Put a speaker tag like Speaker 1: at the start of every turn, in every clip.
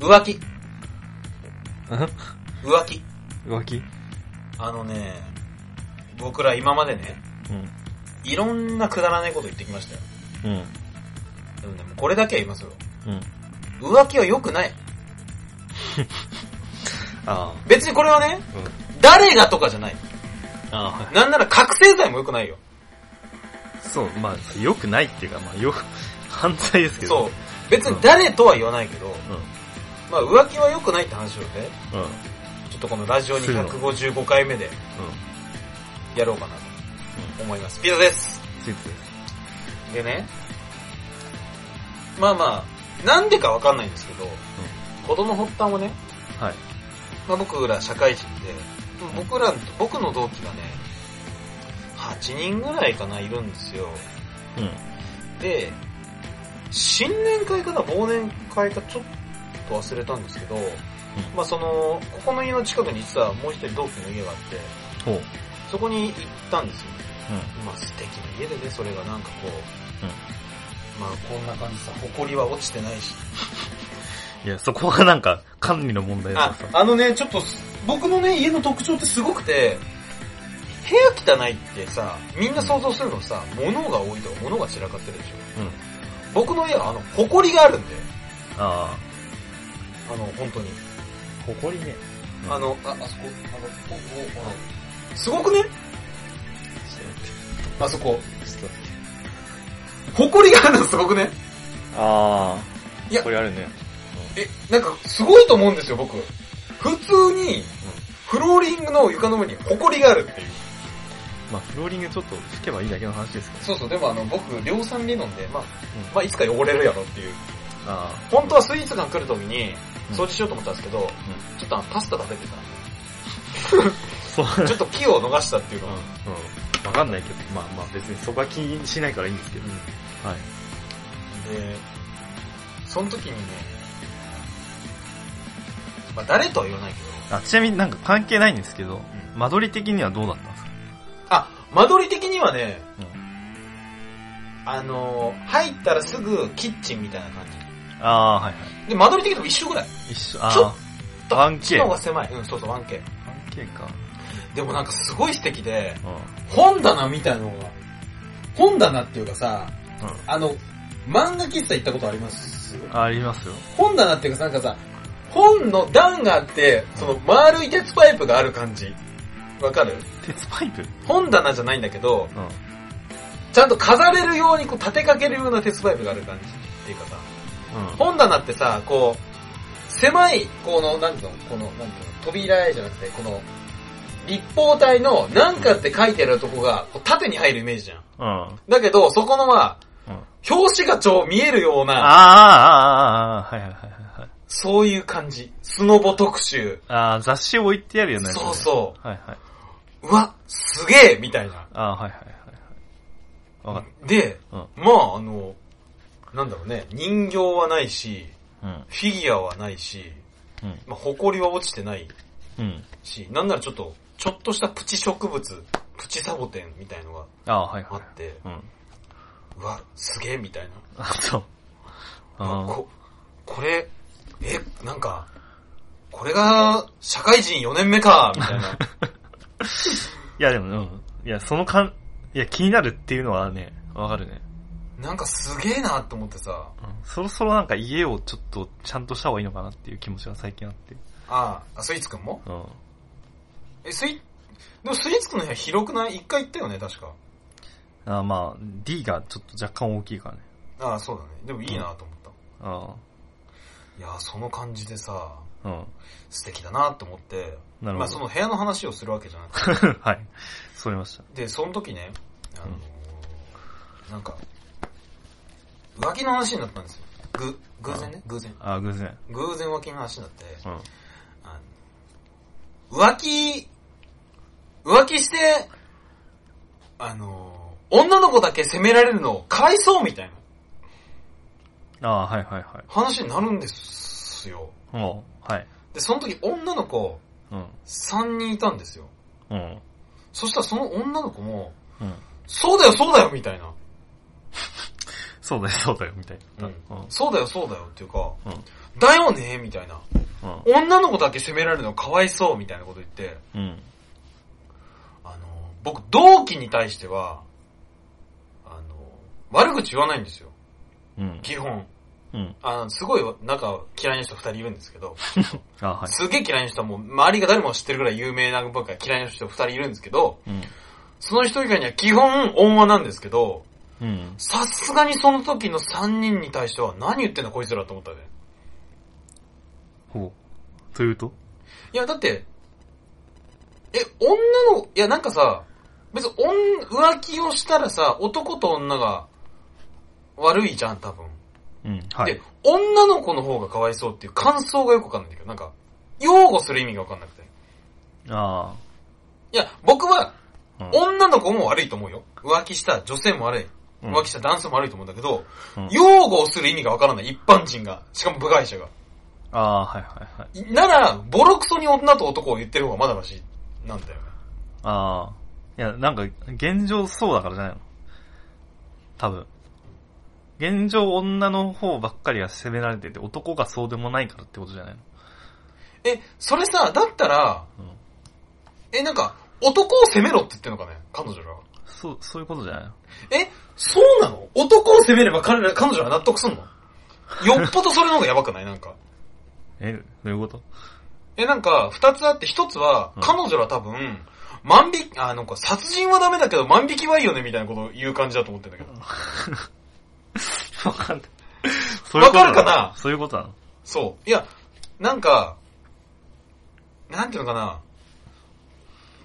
Speaker 1: 浮気。
Speaker 2: ん
Speaker 1: 浮気。
Speaker 2: 浮気
Speaker 1: あのね、僕ら今までね、
Speaker 2: うん。
Speaker 1: いろんなくだらないこと言ってきましたよ。
Speaker 2: うん。
Speaker 1: でもね、もうこれだけは言いますよ。
Speaker 2: うん。
Speaker 1: 浮気は良くない。
Speaker 2: あ
Speaker 1: 別にこれはね、
Speaker 2: あ。うん。
Speaker 1: 誰がとかじゃない。
Speaker 2: ああ。
Speaker 1: なんなら覚醒剤も良くないよ。
Speaker 2: そう、まあ、良くないっていうか、まあ、よく、 犯罪ですけど。
Speaker 1: そう。別に誰とは言わないけど、
Speaker 2: う。
Speaker 1: まあ浮気は良くないって話をね、
Speaker 2: うん。うん。うん。
Speaker 1: ちょっとこのラジオに
Speaker 2: するの
Speaker 1: 155回目でやろうかなと思います。ピザです。
Speaker 2: つい
Speaker 1: で
Speaker 2: て
Speaker 1: ね、まあまあ、なんでかわかんないんですけど、子供発端をね、
Speaker 2: はい。
Speaker 1: まあ、僕ら社会人で、僕ら、僕の同期がね、8人ぐらいかないるんですよ。
Speaker 2: うん。
Speaker 1: で、新年会かな忘年会かちょっと忘れたんですけど、まあその、ここの家の近くに実はもう一人同期の家があって、
Speaker 2: ほう。
Speaker 1: そこに行ったんですよ。
Speaker 2: うん。
Speaker 1: まあ素敵な家でね、それがなんかこう、
Speaker 2: うん
Speaker 1: まあこんな感じさ、埃は落ちてないし。
Speaker 2: いや、そこがなんか、管理の問題だ
Speaker 1: あ
Speaker 2: とさ、。
Speaker 1: あのね、ちょっとす、僕のね、家の特徴ってすごくて、部屋汚いってさ、みんな想像するのさ、物が多いとか物が散らかってるでしょ。
Speaker 2: うん。
Speaker 1: 僕の家はあの、埃があるんで、
Speaker 2: あ
Speaker 1: あの、本当に。
Speaker 2: あ。誇りね。うん
Speaker 1: あの、あ、あそこ、あの、ここ、このすごくねあそこ。
Speaker 2: ちょっと待って。
Speaker 1: 埃があるのすごくね
Speaker 2: ああ。
Speaker 1: いや
Speaker 2: これあるね。
Speaker 1: え、なんか、すごいと思うんですよ、僕。普通に、フローリングの床の上に埃があるっていう。
Speaker 2: まあ、フローリングちょっと吹けばいいだけの話ですけど。
Speaker 1: そうそう、でもあの、僕、量産理論で、まあ、
Speaker 2: うん
Speaker 1: まあ、いつか汚れるやろっていう。
Speaker 2: あ
Speaker 1: 本当はスイーツ館来るときに、
Speaker 2: うん
Speaker 1: 掃除しようと思ったんですけど、ちょっとあの、パスタ食べてたんで
Speaker 2: あ。そう。
Speaker 1: ちょっと気を逃したっていうの
Speaker 2: う
Speaker 1: が、
Speaker 2: ん。うん。わかんないけど、まあまあ別にそこは気にしないからいいんですけど。はい。
Speaker 1: で、その時にね、まあ、誰とは言わないけど、
Speaker 2: あ、ちなみになんか関係ないんですけど、
Speaker 1: ん
Speaker 2: 間取り的にはどうだったんですか
Speaker 1: あ、間取り的にはね、
Speaker 2: うん
Speaker 1: あのー、入ったらすぐキッチンみたいな感じ。
Speaker 2: ああ、はいは
Speaker 1: で、間取り的にも一緒ぐらい。
Speaker 2: い。一緒、あ
Speaker 1: ちょっの
Speaker 2: あ。
Speaker 1: 方
Speaker 2: 1K。
Speaker 1: が狭い。うん、そうそう、1K。
Speaker 2: 1K か。
Speaker 1: でもなんかすごい素敵で、
Speaker 2: うん。
Speaker 1: 本棚みたいなのが、本棚っていうかさ、
Speaker 2: う
Speaker 1: あの、漫画喫茶行ったことあります
Speaker 2: ん。ありますよ。
Speaker 1: 本棚っていうかさ、なんかさ、本の段があって、その丸い鉄パイプがある感じ。わかる
Speaker 2: 鉄パイプ
Speaker 1: 本棚じゃないんだけど、
Speaker 2: うん。
Speaker 1: ちゃんと飾れるようにこう立てかけるような鉄パイプがある感じっていうかさ、
Speaker 2: うん。
Speaker 1: 本棚ってさ、こう、狭い、この、なんていうの、この、なんていうの、扉絵じゃなくて、この、立方体の、なんかって書いてあるとこが、こう縦に入るイメージじゃん。
Speaker 2: うん。あ
Speaker 1: だけど、そこのま
Speaker 2: うん
Speaker 1: あ、表紙が超見えるよう
Speaker 2: あ、
Speaker 1: な、
Speaker 2: ああ、ああ、はいはいはいはい。
Speaker 1: そういう感じ。スノボ特集。
Speaker 2: ああ、雑誌を置いてやるよね。。
Speaker 1: そうそう
Speaker 2: はいはい。
Speaker 1: う。うわ、すげえみたいな。
Speaker 2: ああ、はいはいはいはい。わかっ
Speaker 1: で、
Speaker 2: うん
Speaker 1: まあ、あの、なんだろうね、人形はないし、
Speaker 2: た。うん。
Speaker 1: フィギュアはないし、
Speaker 2: うん。
Speaker 1: まあ、埃は落ちてない
Speaker 2: うん。
Speaker 1: し、なんならちょっと、ちょっとしたプチ植物、プチサボテンみたいのが
Speaker 2: ああ、はい
Speaker 1: あ
Speaker 2: はい。
Speaker 1: って、
Speaker 2: うん。
Speaker 1: うわ、すげえみたいな。
Speaker 2: あ、そう。ああ。
Speaker 1: こ、これ、え、なんか、これが社会人4年目か、みたいな。
Speaker 2: いやでも、うん。いや、そのかん、いや、気になるっていうのはね、わかるね。
Speaker 1: なんかすげえなと思ってさ、
Speaker 2: うん。そろそろなんか家をちょっとちゃんとした方がいいのかなっていう気持ちが最近あって。
Speaker 1: ああ、スイーツくんも
Speaker 2: うん。
Speaker 1: え、スイ、でもスイーツくんの部屋広くない一回行ったよね、確か。
Speaker 2: ああ、まあ、D がちょっと若干大きいからね。
Speaker 1: ああ、そうだね。でもいいなと思った。
Speaker 2: あ
Speaker 1: いやーその感じでさ、
Speaker 2: あ。うん。
Speaker 1: 素敵だなと思って、
Speaker 2: なるほど。
Speaker 1: まあその部屋の話をするわけじゃなくて
Speaker 2: はい。それました。
Speaker 1: で、その時ね、あのーなんか、浮気の話になったんですよ。ぐ、偶然ね、偶然。
Speaker 2: ああ、偶然。
Speaker 1: 偶然浮気の話になって、
Speaker 2: うん。
Speaker 1: あの、浮気、浮気して、あのー女の子だけ責められるの、かわいそうみたいな
Speaker 2: ああ、はいはいはい。
Speaker 1: 話になるんですよ。
Speaker 2: うん。はい。
Speaker 1: で、その時女の子
Speaker 2: うん。
Speaker 1: 3人いたんですよ。
Speaker 2: うん。
Speaker 1: そしたらその女の子も、
Speaker 2: うん。
Speaker 1: そうだよそうだよみたいな。
Speaker 2: そうだよ、そうだよ、みたいな。うん。
Speaker 1: そうだよ、そうだよっていうか、
Speaker 2: うん。
Speaker 1: だよねみたいな。
Speaker 2: うん。
Speaker 1: 女の子だけ責められるのかわいそうみたいなこと言って、
Speaker 2: うん。
Speaker 1: あの、僕、同期に対しては、あの、悪口言わないんですよ。
Speaker 2: うん。
Speaker 1: 基本。
Speaker 2: うん。
Speaker 1: あの、すごい仲嫌いな人二人いるんですけど、
Speaker 2: あ、はい。
Speaker 1: すげえ嫌いな人はもう、周りが誰も知ってるぐらい有名な僕が嫌いな人二人いるんですけど、
Speaker 2: うん。
Speaker 1: その一人以外には基本恩和なんですけど、
Speaker 2: うん。
Speaker 1: さすがにその時の三人に対しては何言ってんだこいつらと思ったね。
Speaker 2: ほう。というと
Speaker 1: いや、だって、え、女の、いや、なんかさ、別に女、浮気をしたらさ、男と女が悪いじゃん、多分。
Speaker 2: うん。は
Speaker 1: で
Speaker 2: い。、
Speaker 1: 女の子の方がかわいそうっていう感想がよくわかんないんだけど、なんか、擁護する意味がわかんなくて。
Speaker 2: あ
Speaker 1: いや、僕は、
Speaker 2: あ。うん
Speaker 1: 女の子も悪いと思うよ。浮気した女性も悪い。
Speaker 2: うん
Speaker 1: 浮気した男性も悪いと思うんだけど、
Speaker 2: うん
Speaker 1: 擁護をする意味がわからない、一般人が。しかも部外者が。
Speaker 2: ああ、はいはいはい。
Speaker 1: なら、ボロクソに女と男を言ってる方がまだまし、なんだよね。
Speaker 2: ああ。いや、なんか、現状そうだからじゃないの多分。現状女の方ばっかりが責められてて、男がそうでもないからってことじゃないの
Speaker 1: え、それさ、だったら、
Speaker 2: うん
Speaker 1: え、なんか、男を責めろって言ってんのかね彼女らは。
Speaker 2: そう、そういうことじゃないの
Speaker 1: え、そうなの男を責めれば彼ら、彼女ら納得すんのよっぽどそれの方がやばくないなんか。
Speaker 2: え、どういうこと
Speaker 1: え、なんか、二つあって、一つは
Speaker 2: う、ん
Speaker 1: 彼女ら多分、万引き、あ、なんか、殺人はダメだけど、万引きはいいよね、みたいなことを言う感じだと思ってんだけど。
Speaker 2: わかんない。
Speaker 1: わかるかな
Speaker 2: そういうことなの
Speaker 1: そう。いや、なんか、なんていうのかな。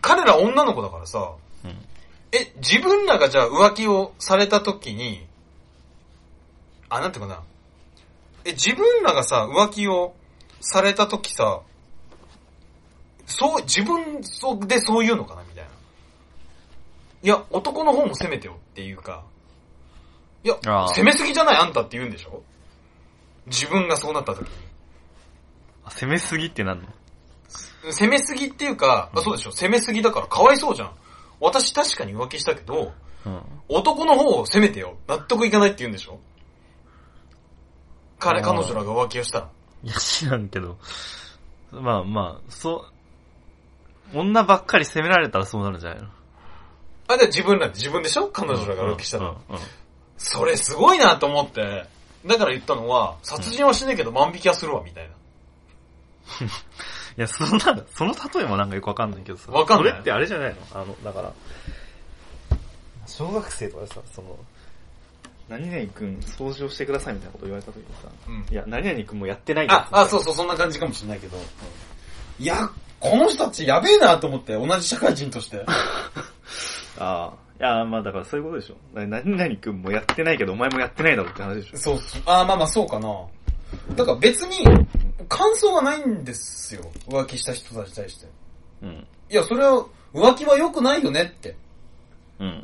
Speaker 1: 彼ら女の子だからさ、
Speaker 2: うん。
Speaker 1: え、自分らがじゃあ浮気をされた時に、あ、なんていうかな。え、自分らがさ、浮気をされた時さ、そう、自分そうでそう言うのかなみたいな。いや、男の方も責めてよっていうか、いや、
Speaker 2: あー
Speaker 1: 責めすぎじゃないあんたって言うんでしょ自分がそうなった時に。
Speaker 2: あ攻めすぎってなんの
Speaker 1: 攻めすぎっていうか、あそうでしょ、攻めすぎだからかわいそうじゃん。私確かに浮気したけど、
Speaker 2: うん。
Speaker 1: 男の方を責めてよ。納得いかないって言うんでしょ彼、
Speaker 2: あー
Speaker 1: 彼女らが浮気をしたら。
Speaker 2: いや、知らんけど。まあまあ、そう、女ばっかり責められたらそうなるんじゃないの
Speaker 1: あ、じゃあ自分らで自分でしょ彼女らが浮気した
Speaker 2: うん
Speaker 1: ら。
Speaker 2: うん
Speaker 1: それすごいなと思って。だから言ったのは、殺人はしないけど万引きはするわ、みたいな。
Speaker 2: いや、そんな、その例えもなんかよくわかんないけどさ。
Speaker 1: わかんない
Speaker 2: それってあれじゃないのあの、だから。小学生とかでさ、その、何々くん掃除をしてくださいみたいなこと言われた時にさ、
Speaker 1: うん
Speaker 2: いや、何々くんもやってない。
Speaker 1: あ、あ、そううそう、そんな感じかもしれないけど。いや、この人たちやべえなと思って、同じ社会人として。
Speaker 2: ああ。いや、まあだからそういうことでしょ。な何々くんもやってないけど、お前もやってないだろって話でしょ。
Speaker 1: そうっす。あーまあまあそうかな。だから別に、感想がないんですよ。浮気した人たちに対して。
Speaker 2: うん。
Speaker 1: いや、それは、浮気は良くないよねって。
Speaker 2: うん。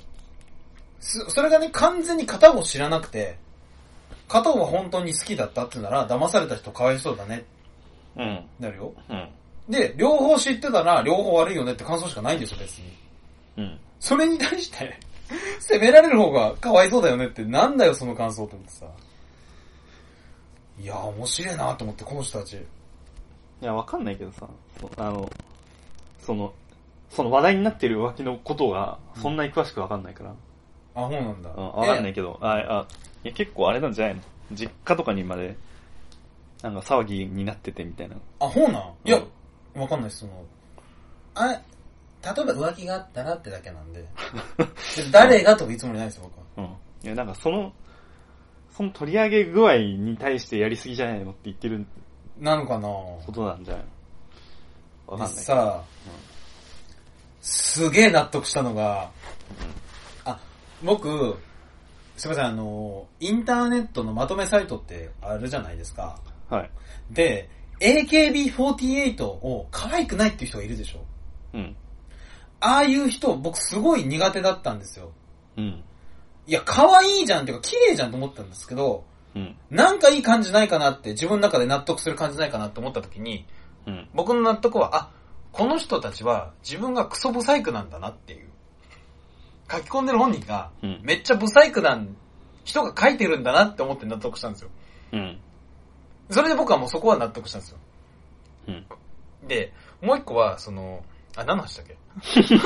Speaker 1: すそれがね、完全に片方知らなくて、片方は本当に好きだったってなら、騙された人かわいそうだね、
Speaker 2: うん。
Speaker 1: なるよ。
Speaker 2: うん。
Speaker 1: で、両方知ってたら、両方悪いよねって感想しかないんですよ、別に。
Speaker 2: うん。
Speaker 1: それに対して、責められる方がかわいそうだよねって、なんだよ、その感想と思ってさ。いやー、面白いなと思って、この人たち。
Speaker 2: いや、わかんないけどさ、そあの、その、その話題になってる浮気のことが、そんなに詳しくわかんないから。
Speaker 1: あ、そうなんだ。
Speaker 2: うん、わかんない
Speaker 1: え
Speaker 2: けど、あ、あ、いや、結構あれなんじゃないの実家とかにまで、なんか騒ぎになっててみたいな。
Speaker 1: あ、そうなんいや
Speaker 2: うん、
Speaker 1: わかんない、その、あ、例えば浮気があったらってだけ なんで、誰がとかいつもりないですよ、僕は。
Speaker 2: うん。いや、なんかその、その取り上げ具合に対してやりすぎじゃないのって言ってる
Speaker 1: なのか
Speaker 2: ことなんじゃないのわ
Speaker 1: な
Speaker 2: か
Speaker 1: で
Speaker 2: んない。
Speaker 1: さ、すげえ納得したのが、あ、僕、すいません、あの、インターネットのまとめサイトってあるじゃないですか。
Speaker 2: はい。
Speaker 1: で、AKB48 を可愛くないっていう人がいるでしょ。
Speaker 2: うん。
Speaker 1: ああいう人、僕すごい苦手だったんですよ。
Speaker 2: うん。
Speaker 1: いや、可愛いじゃんっていうか、綺麗じゃんと思ったんですけど、
Speaker 2: うん。
Speaker 1: なんかいい感じないかなって、自分の中で納得する感じないかなって思った時に、
Speaker 2: うん。
Speaker 1: 僕の納得は、あ、この人たちは自分がクソブサイクなんだなっていう。書き込んでる本人が
Speaker 2: うん、
Speaker 1: めっちゃブサイクなん人が書いてるんだなって思って納得したんですよ。
Speaker 2: うん。
Speaker 1: それで僕はもうそこは納得したんですよ。
Speaker 2: うん。
Speaker 1: で、もう一個は、その、あ、何の話だっ け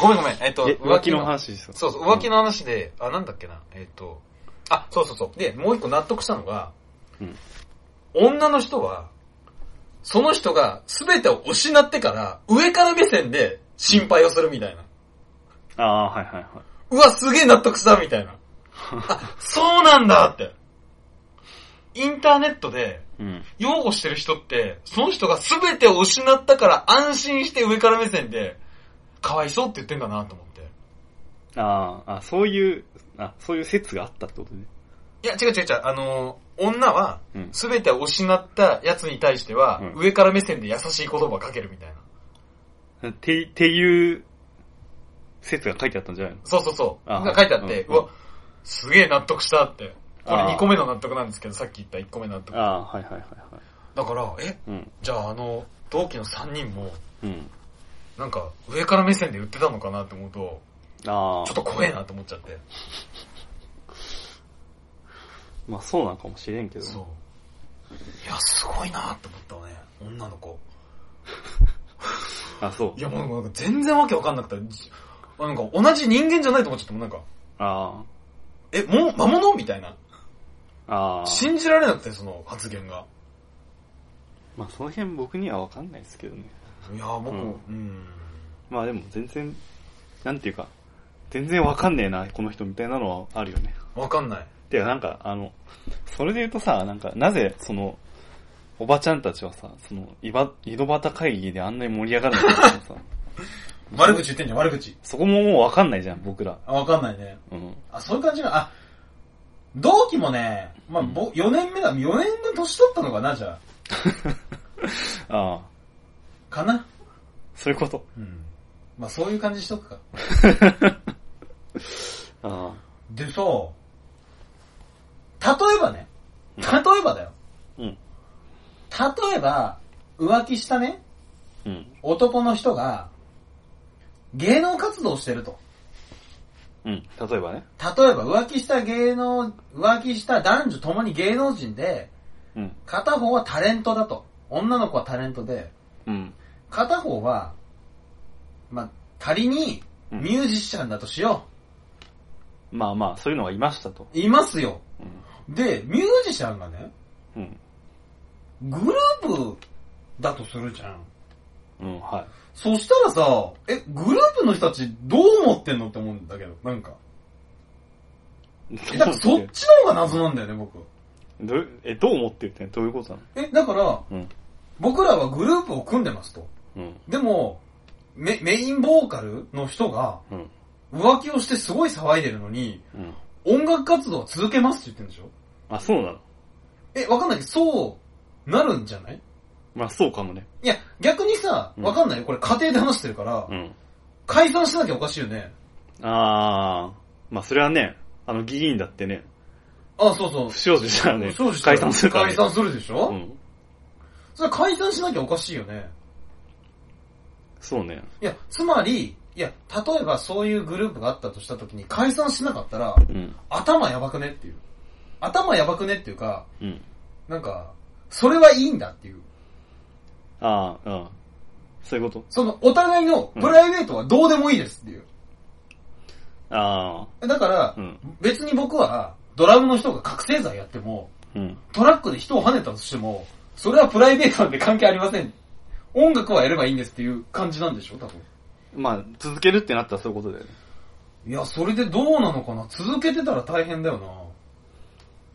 Speaker 1: ごめんごめん。えっと、
Speaker 2: え、浮気の話ですよ。
Speaker 1: そうそう、浮気の話で、あ、なんだっけな、えっ、と、あ、そうそうそう。で、もう一個納得したのが、
Speaker 2: うん
Speaker 1: 女の人は、その人が全てを失ってから、上から目線で心配をするみたいな。
Speaker 2: ああ、はいはいは
Speaker 1: うわ、すげえ納得したみたいな。あ、そうなんだって。インターネットで、
Speaker 2: い。うん。
Speaker 1: 擁護してる人って、その人が全てを失ったから安心して上から目線で、かわいそうって言ってんだなと思って。
Speaker 2: ああ、あそういう、あ、そういう説があったってことね。
Speaker 1: いや、違う違う違う。あのー女は
Speaker 2: うん、
Speaker 1: 全てを失ったやつに対しては、
Speaker 2: うん
Speaker 1: 上から目線で優しい言葉をかけるみたいな。
Speaker 2: て、ていう、説が書いてあったんじゃないの
Speaker 1: そうそうそう。
Speaker 2: あ
Speaker 1: が書いてあって、う
Speaker 2: う
Speaker 1: んわ、すげえ納得したって。これ
Speaker 2: あー
Speaker 1: 2個目の納得なんですけど、さっき言った1個目の納得。
Speaker 2: ああ、はいはいはいはい。
Speaker 1: だから、え、
Speaker 2: うん。
Speaker 1: じゃああの、同期の3人も、
Speaker 2: うん。
Speaker 1: なんか、上から目線で言ってたのかなって思うと、
Speaker 2: ああ。
Speaker 1: ちょっと怖えなって思っちゃって。
Speaker 2: まあそうなんかもしれんけど。
Speaker 1: そう。いや、すごいなって思ったわね。女の子。
Speaker 2: あ、そう
Speaker 1: い。や、もうなんか全然わけわかんなくて、じあなんか同じ人間じゃないと思っちゃったもん、なんか。
Speaker 2: あ
Speaker 1: え、もう、魔物みたいな。
Speaker 2: あ。ああ。
Speaker 1: 信じられなくて、その発言が。
Speaker 2: まあその辺僕にはわかんないですけどね。
Speaker 1: いやー、僕
Speaker 2: うん
Speaker 1: も、うん。
Speaker 2: まあでも全然、なんていうか、全然わかんねえな、この人みたいなのはあるよね。
Speaker 1: わかんない。
Speaker 2: てかなんか、あの、それで言うとさ、なんか、なぜ、その、おばちゃんたちはさ、その、いば、井戸端会議であんなに盛り上がるのかってさ、
Speaker 1: 悪口言ってんじゃん、悪口。
Speaker 2: そこももうわかんないじゃん、僕ら。
Speaker 1: あ、わかんないね。
Speaker 2: うん。
Speaker 1: あ、そういう感じが、あ、同期もね、まあ、ぼ、4年目だ、4年の年取ったのかな、じゃあ。
Speaker 2: ああ、
Speaker 1: かな。
Speaker 2: そういうこと。
Speaker 1: うん。まあ、そういう感じしとくか。
Speaker 2: あ
Speaker 1: でさ、例えばね、
Speaker 2: うん
Speaker 1: 例えばだよ。
Speaker 2: あ、うん。
Speaker 1: 例えば、浮気したね、
Speaker 2: うん。
Speaker 1: 男の人が、芸能活動をしてると。
Speaker 2: うん。例えばね。
Speaker 1: 例えば、浮気した芸能、浮気した男女ともに芸能人で、
Speaker 2: うん。
Speaker 1: 片方はタレントだと。女の子はタレントで、
Speaker 2: うん。
Speaker 1: 片方は、まあ、仮に、
Speaker 2: うん
Speaker 1: ミュージシャンだとしよ
Speaker 2: まあまあ、そういうのがいましたと。
Speaker 1: う。いますよ。
Speaker 2: うん。
Speaker 1: で、ミュージシャンがね、
Speaker 2: うん。
Speaker 1: グループだとするじゃん。
Speaker 2: うん、はい。
Speaker 1: そしたらさ、え、グループの人たちどう思ってんのって思うんだけど、なんか。え、だからそっちの方が謎なんだよね、僕。
Speaker 2: どうえ、どう思ってるってどういうことなの
Speaker 1: え、だから、
Speaker 2: うん。
Speaker 1: 僕らはグループを組んでますと。
Speaker 2: うん。
Speaker 1: でも、メ、メインボーカルの人が
Speaker 2: うん。
Speaker 1: 浮気をしてすごい騒いでるのに、
Speaker 2: うん。
Speaker 1: 音楽活動は続けますって言ってるんでしょ
Speaker 2: あ、そうなの
Speaker 1: え、わかんないけど、そう、なるんじゃない
Speaker 2: まあ、そうかもね。
Speaker 1: いや、逆にさ、
Speaker 2: うん
Speaker 1: わかんないよ。これ家庭で話してるから、
Speaker 2: うん。
Speaker 1: 解散しなきゃおかしいよね。
Speaker 2: あー。まあ、それはね、あの、議員だってね、
Speaker 1: あ、そうそう
Speaker 2: 不。祥事したらね
Speaker 1: そうで、しょ
Speaker 2: 解散するから、ね。
Speaker 1: 解散するでしょ、
Speaker 2: うん。
Speaker 1: それ解散しなきゃおかしいよね。
Speaker 2: そうね。
Speaker 1: いや、つまり、いや、例えばそういうグループがあったとしたときに解散しなかったら、
Speaker 2: うん。
Speaker 1: 頭やばくねっていう。頭やばくねっていうか、
Speaker 2: うん。
Speaker 1: なんか、それはいいんだっていう。
Speaker 2: あー、うん。そういうこと
Speaker 1: その、お互いのプライベートはどうでもいいですっていう。
Speaker 2: あ
Speaker 1: だから、
Speaker 2: うん
Speaker 1: 別に僕は、ドラムの人が覚醒剤やっても、
Speaker 2: ー。うん。
Speaker 1: トラックで人を跳ねたとしても、それはプライベートなんで関係ありません。音楽はやればいいんですっていう感じなんでしょ多分。
Speaker 2: まあ、続けるってなったらそういうことだよね。
Speaker 1: いや、それでどうなのかな続けてたら大変だよな。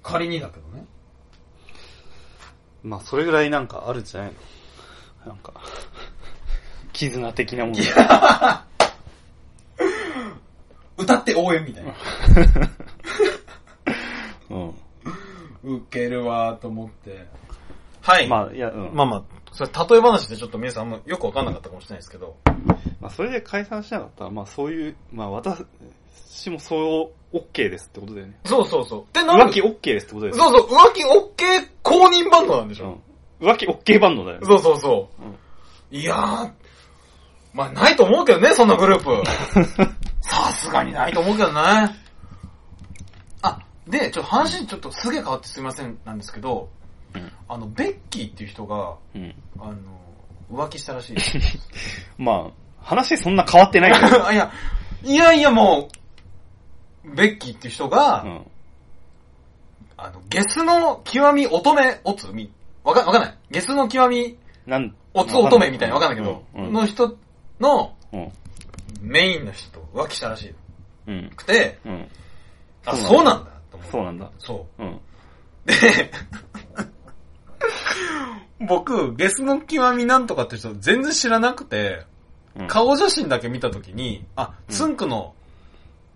Speaker 1: 仮にだけどね。
Speaker 2: まあ、それぐらいなんかあるんじゃない のなんか、絆的なもの。
Speaker 1: 歌って応援みたいな。
Speaker 2: うん。
Speaker 1: ウケるわーと思って。はい。ま
Speaker 2: まあ、いや、うん。
Speaker 1: あ、まあまあ、それ例え話でちょっと皆さんもよくわかんなかったかもしれないですけど。
Speaker 2: まあ、それで解散しなかったら、まあ、そういう、まあ、私もそう、OK ですってことだよね。
Speaker 1: そうそうそう。で、なん
Speaker 2: 浮気
Speaker 1: で
Speaker 2: OK ですってことだよね。
Speaker 1: そうそう、浮気 OK 公認バンドなんでしょ、
Speaker 2: うん。浮気 OK バンドだよね。
Speaker 1: そうそうそう。
Speaker 2: うん
Speaker 1: いやー、まあないと思うけどね、 そんなグループ。さすがにないと思うけどね。あ、で、ちょっと話ちょっとすげえ変わってすいませんなんですけど、
Speaker 2: うん
Speaker 1: あの、ベッキーっていう人が、
Speaker 2: うん。
Speaker 1: あの、浮気したらし い。
Speaker 2: まあ、話そんな変わってな いけど。
Speaker 1: いや、いやいやもう、ベッキーっていう人が、
Speaker 2: うん。
Speaker 1: あの、ゲスの極み乙女、オツみ、わか、わかんない。ゲスの極み、
Speaker 2: なん、
Speaker 1: オツ乙女みたいなわかんないけど、
Speaker 2: うん。うん
Speaker 1: の人の
Speaker 2: うん。
Speaker 1: メインの人と浮気したらし
Speaker 2: うん。
Speaker 1: くて、
Speaker 2: うん。
Speaker 1: あ、
Speaker 2: そ
Speaker 1: そうう
Speaker 2: な
Speaker 1: なんだ、と思って
Speaker 2: そうなんだ。
Speaker 1: そ
Speaker 2: うん。
Speaker 1: う。で、僕、ゲスの極みなんとかって人全然知らなくて、
Speaker 2: うん。
Speaker 1: 顔写真だけ見たときに、あ、
Speaker 2: うん
Speaker 1: つんくの、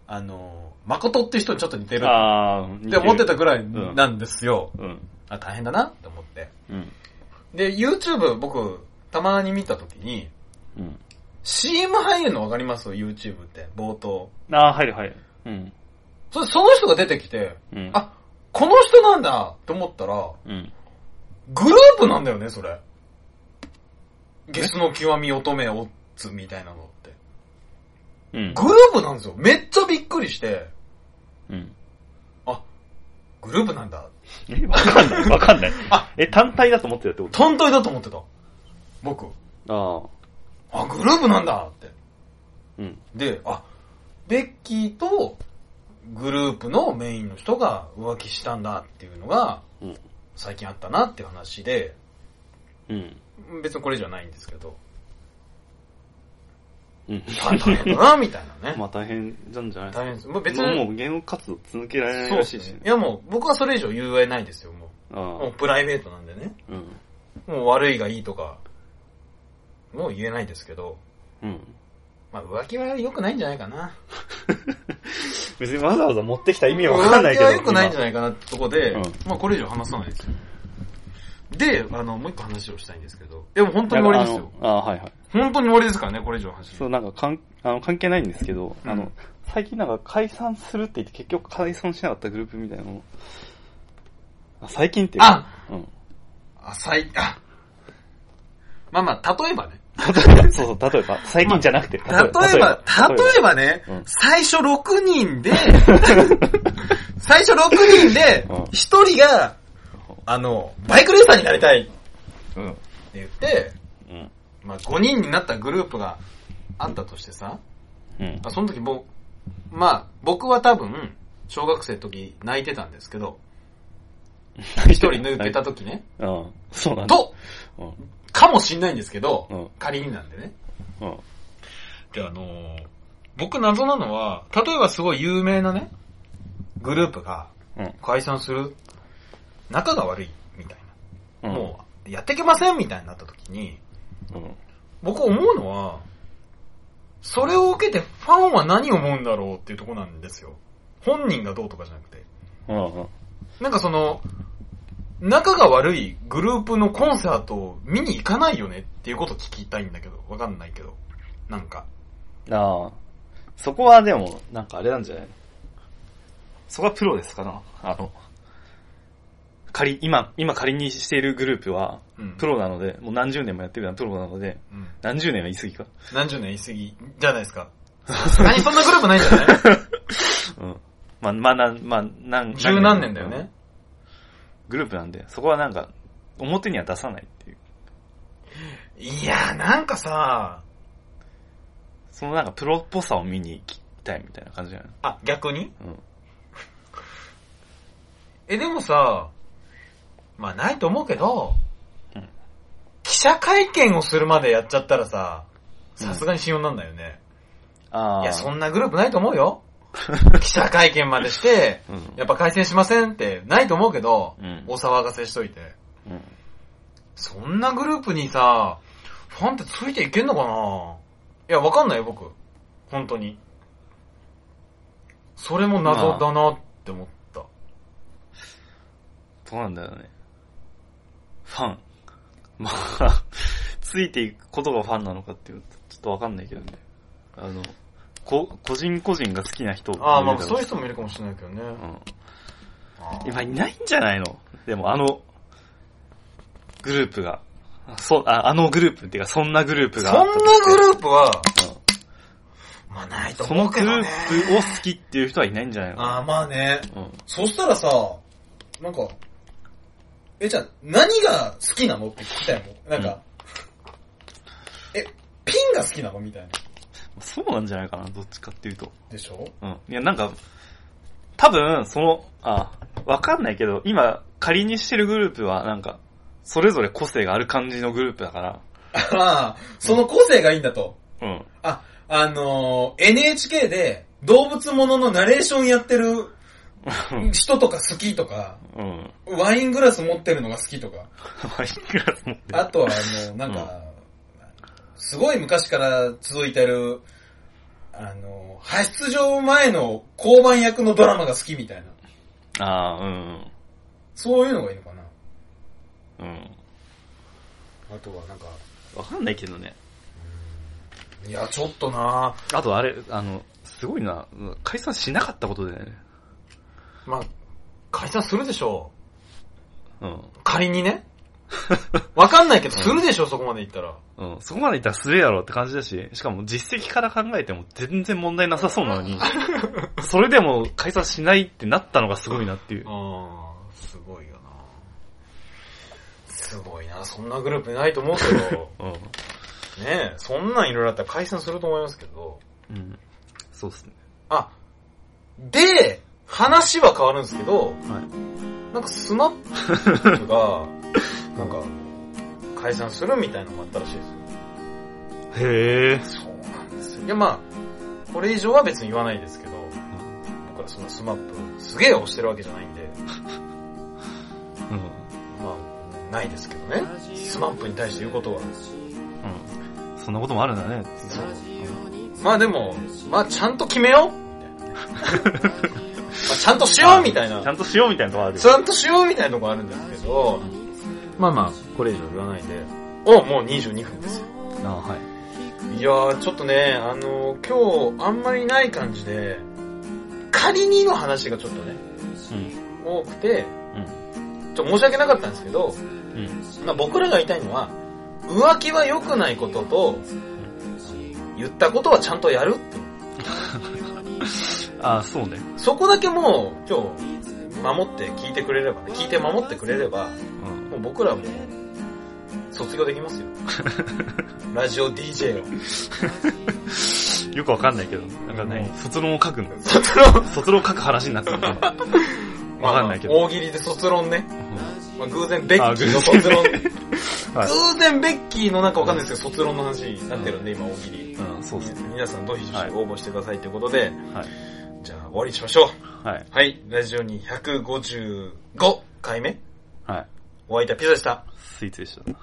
Speaker 1: あの、誠って人にちょっと似てるっ
Speaker 2: あー、似
Speaker 1: て思って
Speaker 2: る。
Speaker 1: たぐらいなんですよ。
Speaker 2: うん。
Speaker 1: あ、大変だなって思って。
Speaker 2: うん。
Speaker 1: で、YouTube 僕、たまに見たときに、
Speaker 2: うん。
Speaker 1: CM 入るのわかります ?YouTube って、冒頭。
Speaker 2: あー、入る入る。うん。
Speaker 1: そその人が出てきて、
Speaker 2: うん。
Speaker 1: あ、この人なんだと思ったら、
Speaker 2: うん。
Speaker 1: グループなんだよね、それ。ゲスの極み乙女オッズみたいなのって。
Speaker 2: うん。
Speaker 1: グループなんですよ。めっちゃびっくりして、
Speaker 2: うん。
Speaker 1: グループなんだ。
Speaker 2: え、わかんない。わかんない
Speaker 1: あ。
Speaker 2: え、単体だと思ってたってこ
Speaker 1: 単体だと思ってた。僕。
Speaker 2: と
Speaker 1: あ、グループなんだって。
Speaker 2: あー。うん。
Speaker 1: で、あ、ベッキーとグループのメインの人が浮気したんだっていうのが
Speaker 2: うん、
Speaker 1: 最近あったなっていう話で、
Speaker 2: うん。
Speaker 1: 別にこれじゃないんですけど、
Speaker 2: うん。
Speaker 1: あ大変だな、みたいなね。
Speaker 2: まあ大変なんじゃない
Speaker 1: 大変です。まあ、別
Speaker 2: もう
Speaker 1: に、
Speaker 2: もう芸能活動続けられない
Speaker 1: そう
Speaker 2: ら
Speaker 1: で
Speaker 2: し
Speaker 1: す
Speaker 2: いし
Speaker 1: ね
Speaker 2: ね。。
Speaker 1: いやもう、僕はそれ以上言えないですよ、もう。
Speaker 2: あ
Speaker 1: もうプライベートなんでね。
Speaker 2: あ。うん。
Speaker 1: もう悪いがいいとか、もう言えないですけど、
Speaker 2: うん。
Speaker 1: まあ浮気は良くないんじゃないかな。
Speaker 2: 別にわざわざ持ってきた意味はわかんないけど。
Speaker 1: 浮気は良くないんじゃないかなってとこで、
Speaker 2: うん
Speaker 1: まあこれ以上話さないですよ。で、あの、もう一個話をしたいんですけど、でも本当
Speaker 2: 今
Speaker 1: に終わりですよ。
Speaker 2: あのあー、はいはい。
Speaker 1: 本当に終わりですからね、これ以上話。
Speaker 2: そう、なんかかんあの関係ないんですけど、
Speaker 1: うん
Speaker 2: あの、最近なんか解散するって言って結局解散しなかったグループみたいなの。あ最近っていうかうん。
Speaker 1: 浅い、あ、まあまあ、例えばね。
Speaker 2: 例えば、 そうそう、例えば、最近じゃなくて。例
Speaker 1: 例えば、例えばね
Speaker 2: うん、
Speaker 1: 最初6人で、 最初6人で
Speaker 2: うん、
Speaker 1: 1人が、あの、バイクレーサーになりたいって
Speaker 2: ば。うん。
Speaker 1: 言って、
Speaker 2: うん。
Speaker 1: まあ5人になったグループがあったとしてさ、
Speaker 2: うん
Speaker 1: まあ、その時僕、まあ、僕は多分、小学生の時泣いてたんですけど、一人抜けた。時ね、
Speaker 2: うん。そうなんだ。
Speaker 1: と、
Speaker 2: うん。
Speaker 1: かもしんないんですけど、
Speaker 2: うん
Speaker 1: 仮になんでね。
Speaker 2: うん。
Speaker 1: で、あのー僕謎なのは、例えばすごい有名なね、グループが
Speaker 2: うん
Speaker 1: 解散する、仲が悪い、みたい
Speaker 2: うん。
Speaker 1: な、もう、やってけません、みたいになった時に、
Speaker 2: うん。
Speaker 1: 僕思うのは、それを受けてファンは何を思うんだろうっていうところなんですよ。本人がどうとかじゃなくて。
Speaker 2: うん。うん。
Speaker 1: なんかその、仲が悪いグループのコンサートを見に行かないよねっていうこと聞きたいんだけど、わかんないけど。なんか。
Speaker 2: ああ。そこはでも、なんかあれなんじゃないそこはプロですかなあの、仮、今、今仮にしているグループは、
Speaker 1: うん。
Speaker 2: プロなので、もう何十年もやってるようなプロなので、
Speaker 1: うん。
Speaker 2: 何十年は言い過ぎか。
Speaker 1: 何十年言い過ぎじゃないですか。さすがにそんなグループないんじゃない
Speaker 2: うん。まあ、まあ、なん、まあ、なん、
Speaker 1: 十何年だよ
Speaker 2: うん
Speaker 1: ね。。
Speaker 2: グループなんで、そこはなんか、表には出さないっていう。
Speaker 1: いやーなんかさ、
Speaker 2: そのなんかプロっぽさを見に行きたいみたいな感じじゃない
Speaker 1: あ、逆に
Speaker 2: うん。
Speaker 1: え、でもさ、まあないと思うけど、
Speaker 2: うん
Speaker 1: 記者会見をするまでやっちゃったらさ、さすがに信用なんだよね。
Speaker 2: ああ。
Speaker 1: いや、そ
Speaker 2: な。
Speaker 1: んなグループないと思う よ。記者会見までして、
Speaker 2: うん。
Speaker 1: やっぱ改選しませんってないと思うけど、
Speaker 2: うん
Speaker 1: お騒がせしといて。
Speaker 2: うん。
Speaker 1: そんなグループにさ、ファンってついていけんのかないや、わかんないよ、僕。本当に。それも謎だなって思った。
Speaker 2: どうなんだろうね。ファン。まあ、ついていくことがファンなのかっていうと、ちょっとわかんないけどね。あの、こ、個人個人が好きな人
Speaker 1: ああ、まあそういう
Speaker 2: う
Speaker 1: 人もいるかもしれないけどね。
Speaker 2: うん。
Speaker 1: あー
Speaker 2: 今いないんじゃないのでもあの、グループが。あそう、あ、あのグループっていうか、そんなグループ
Speaker 1: そ
Speaker 2: が。
Speaker 1: んなグ
Speaker 2: ー
Speaker 1: ループは、
Speaker 2: プ
Speaker 1: まあないと
Speaker 2: この
Speaker 1: 思う
Speaker 2: グ
Speaker 1: けど
Speaker 2: ル
Speaker 1: ね
Speaker 2: ープを好きっていう人はいないんじゃないの
Speaker 1: ああ、まあね。
Speaker 2: うん。
Speaker 1: そしたらさ、なんか、え、じゃあ、何が好きなのって聞きたいもん。なんか、え、ピンが好きなのみたいな。
Speaker 2: そうなんじゃないかな、どっちかっていうと。
Speaker 1: でしょ
Speaker 2: うん。いや、なんか、多分、その、あ、わかんないけど、今、仮にしてるグループは、なんか、それぞれ個性がある感じのグループだから、
Speaker 1: ああ、その個性がいいんだと。
Speaker 2: うん。
Speaker 1: あ、あのー NHK で動物もののナレーションやってる人とか好きとか、
Speaker 2: うん。
Speaker 1: ワイングラス持ってるのが好きとか、
Speaker 2: マインクラス持ってる
Speaker 1: あとはあの、なんか、すごい昔から続いてる、あの、派出所前の交番役のドラマが好きみたいな。
Speaker 2: ああ、うん
Speaker 1: そういうのがいいのかな。
Speaker 2: うん。うん。
Speaker 1: あとはなんか、
Speaker 2: わかんないけどね。
Speaker 1: いや、ちょっとな
Speaker 2: あとあれ、あの、すごいな、うん解散しなかったことだよね。
Speaker 1: まあ、解散するでしょ
Speaker 2: うん。
Speaker 1: う。仮に ね。わかんないけど、するでしょ、そこまで行ったら。
Speaker 2: うん。そこまでいったらするやろって感じだし、しかも実績から考えても全然問題なさそうなの に、それでも解散しないってなったのがすごいなっていう。
Speaker 1: あー、すごいよなすごいなそんなグループないと思うけ ど。
Speaker 2: うん。
Speaker 1: ねえ、そんなんいろいろあったら解散すると思いますけど。
Speaker 2: うん。そうっすね。
Speaker 1: あ、で、話は変わるんですけど、
Speaker 2: はい。
Speaker 1: なんかスマップ が、なんか、解散するみたいなのもあったらしいで
Speaker 2: へえ。
Speaker 1: すよ。そうなんですよ。いやまあ、これ以上は別に言わないですけど、僕らそのスマップすげえ推してるわけじゃないんで、
Speaker 2: うん。う
Speaker 1: まあ、ないですけどね。スマップに対して言うことは。
Speaker 2: ん。そんなこともあるんだね。そう。
Speaker 1: まあでも、まあちゃんと決めよ うみたいなまあちゃんとしようみたいな
Speaker 2: ちゃ。んとしようみたいなとこあるよ
Speaker 1: ち。ゃんとしようみたいなとこあるんですけど、まあまあ、これ以上言わないで。お、もう22分ですよ。
Speaker 2: あはい。
Speaker 1: いやー、ちょっとね、あのー今日、あんまりない感じで、仮にの話がちょっとね、
Speaker 2: うん。
Speaker 1: 多くて、ちょっと申し訳なかったんですけど、
Speaker 2: うん。うん。
Speaker 1: まあ、僕らが言いたいのは、浮気は良くないことと、言ったことはちゃんとやるっていう。
Speaker 2: ああ、そうね。
Speaker 1: そこだけもう、今日、守って聞いてくれればね、聞いて守ってくれれば、
Speaker 2: うん。
Speaker 1: もう僕らも、卒業でき ますよ。ラジオ DJ を。
Speaker 2: よくわかんないけど、なんかね、卒論を書くの。
Speaker 1: 卒論
Speaker 2: 卒論を書く話になって るね。わかんないけど
Speaker 1: まあ大喜利で卒論ね。まあ、偶然ベッキーの
Speaker 2: あ偶然
Speaker 1: 卒論。
Speaker 2: はい
Speaker 1: 偶然ベッキーのなんかわかんないですけど、卒論の話になってるんで、今大喜利。
Speaker 2: うん、そうっすね。
Speaker 1: 皆さんどひどし応募してくださいということで、
Speaker 2: はい。
Speaker 1: じゃあ終わりにしましょう。
Speaker 2: はい。
Speaker 1: はい、ラジオに155回目
Speaker 2: はい。
Speaker 1: お相手はピザでした。
Speaker 2: スイーツでした。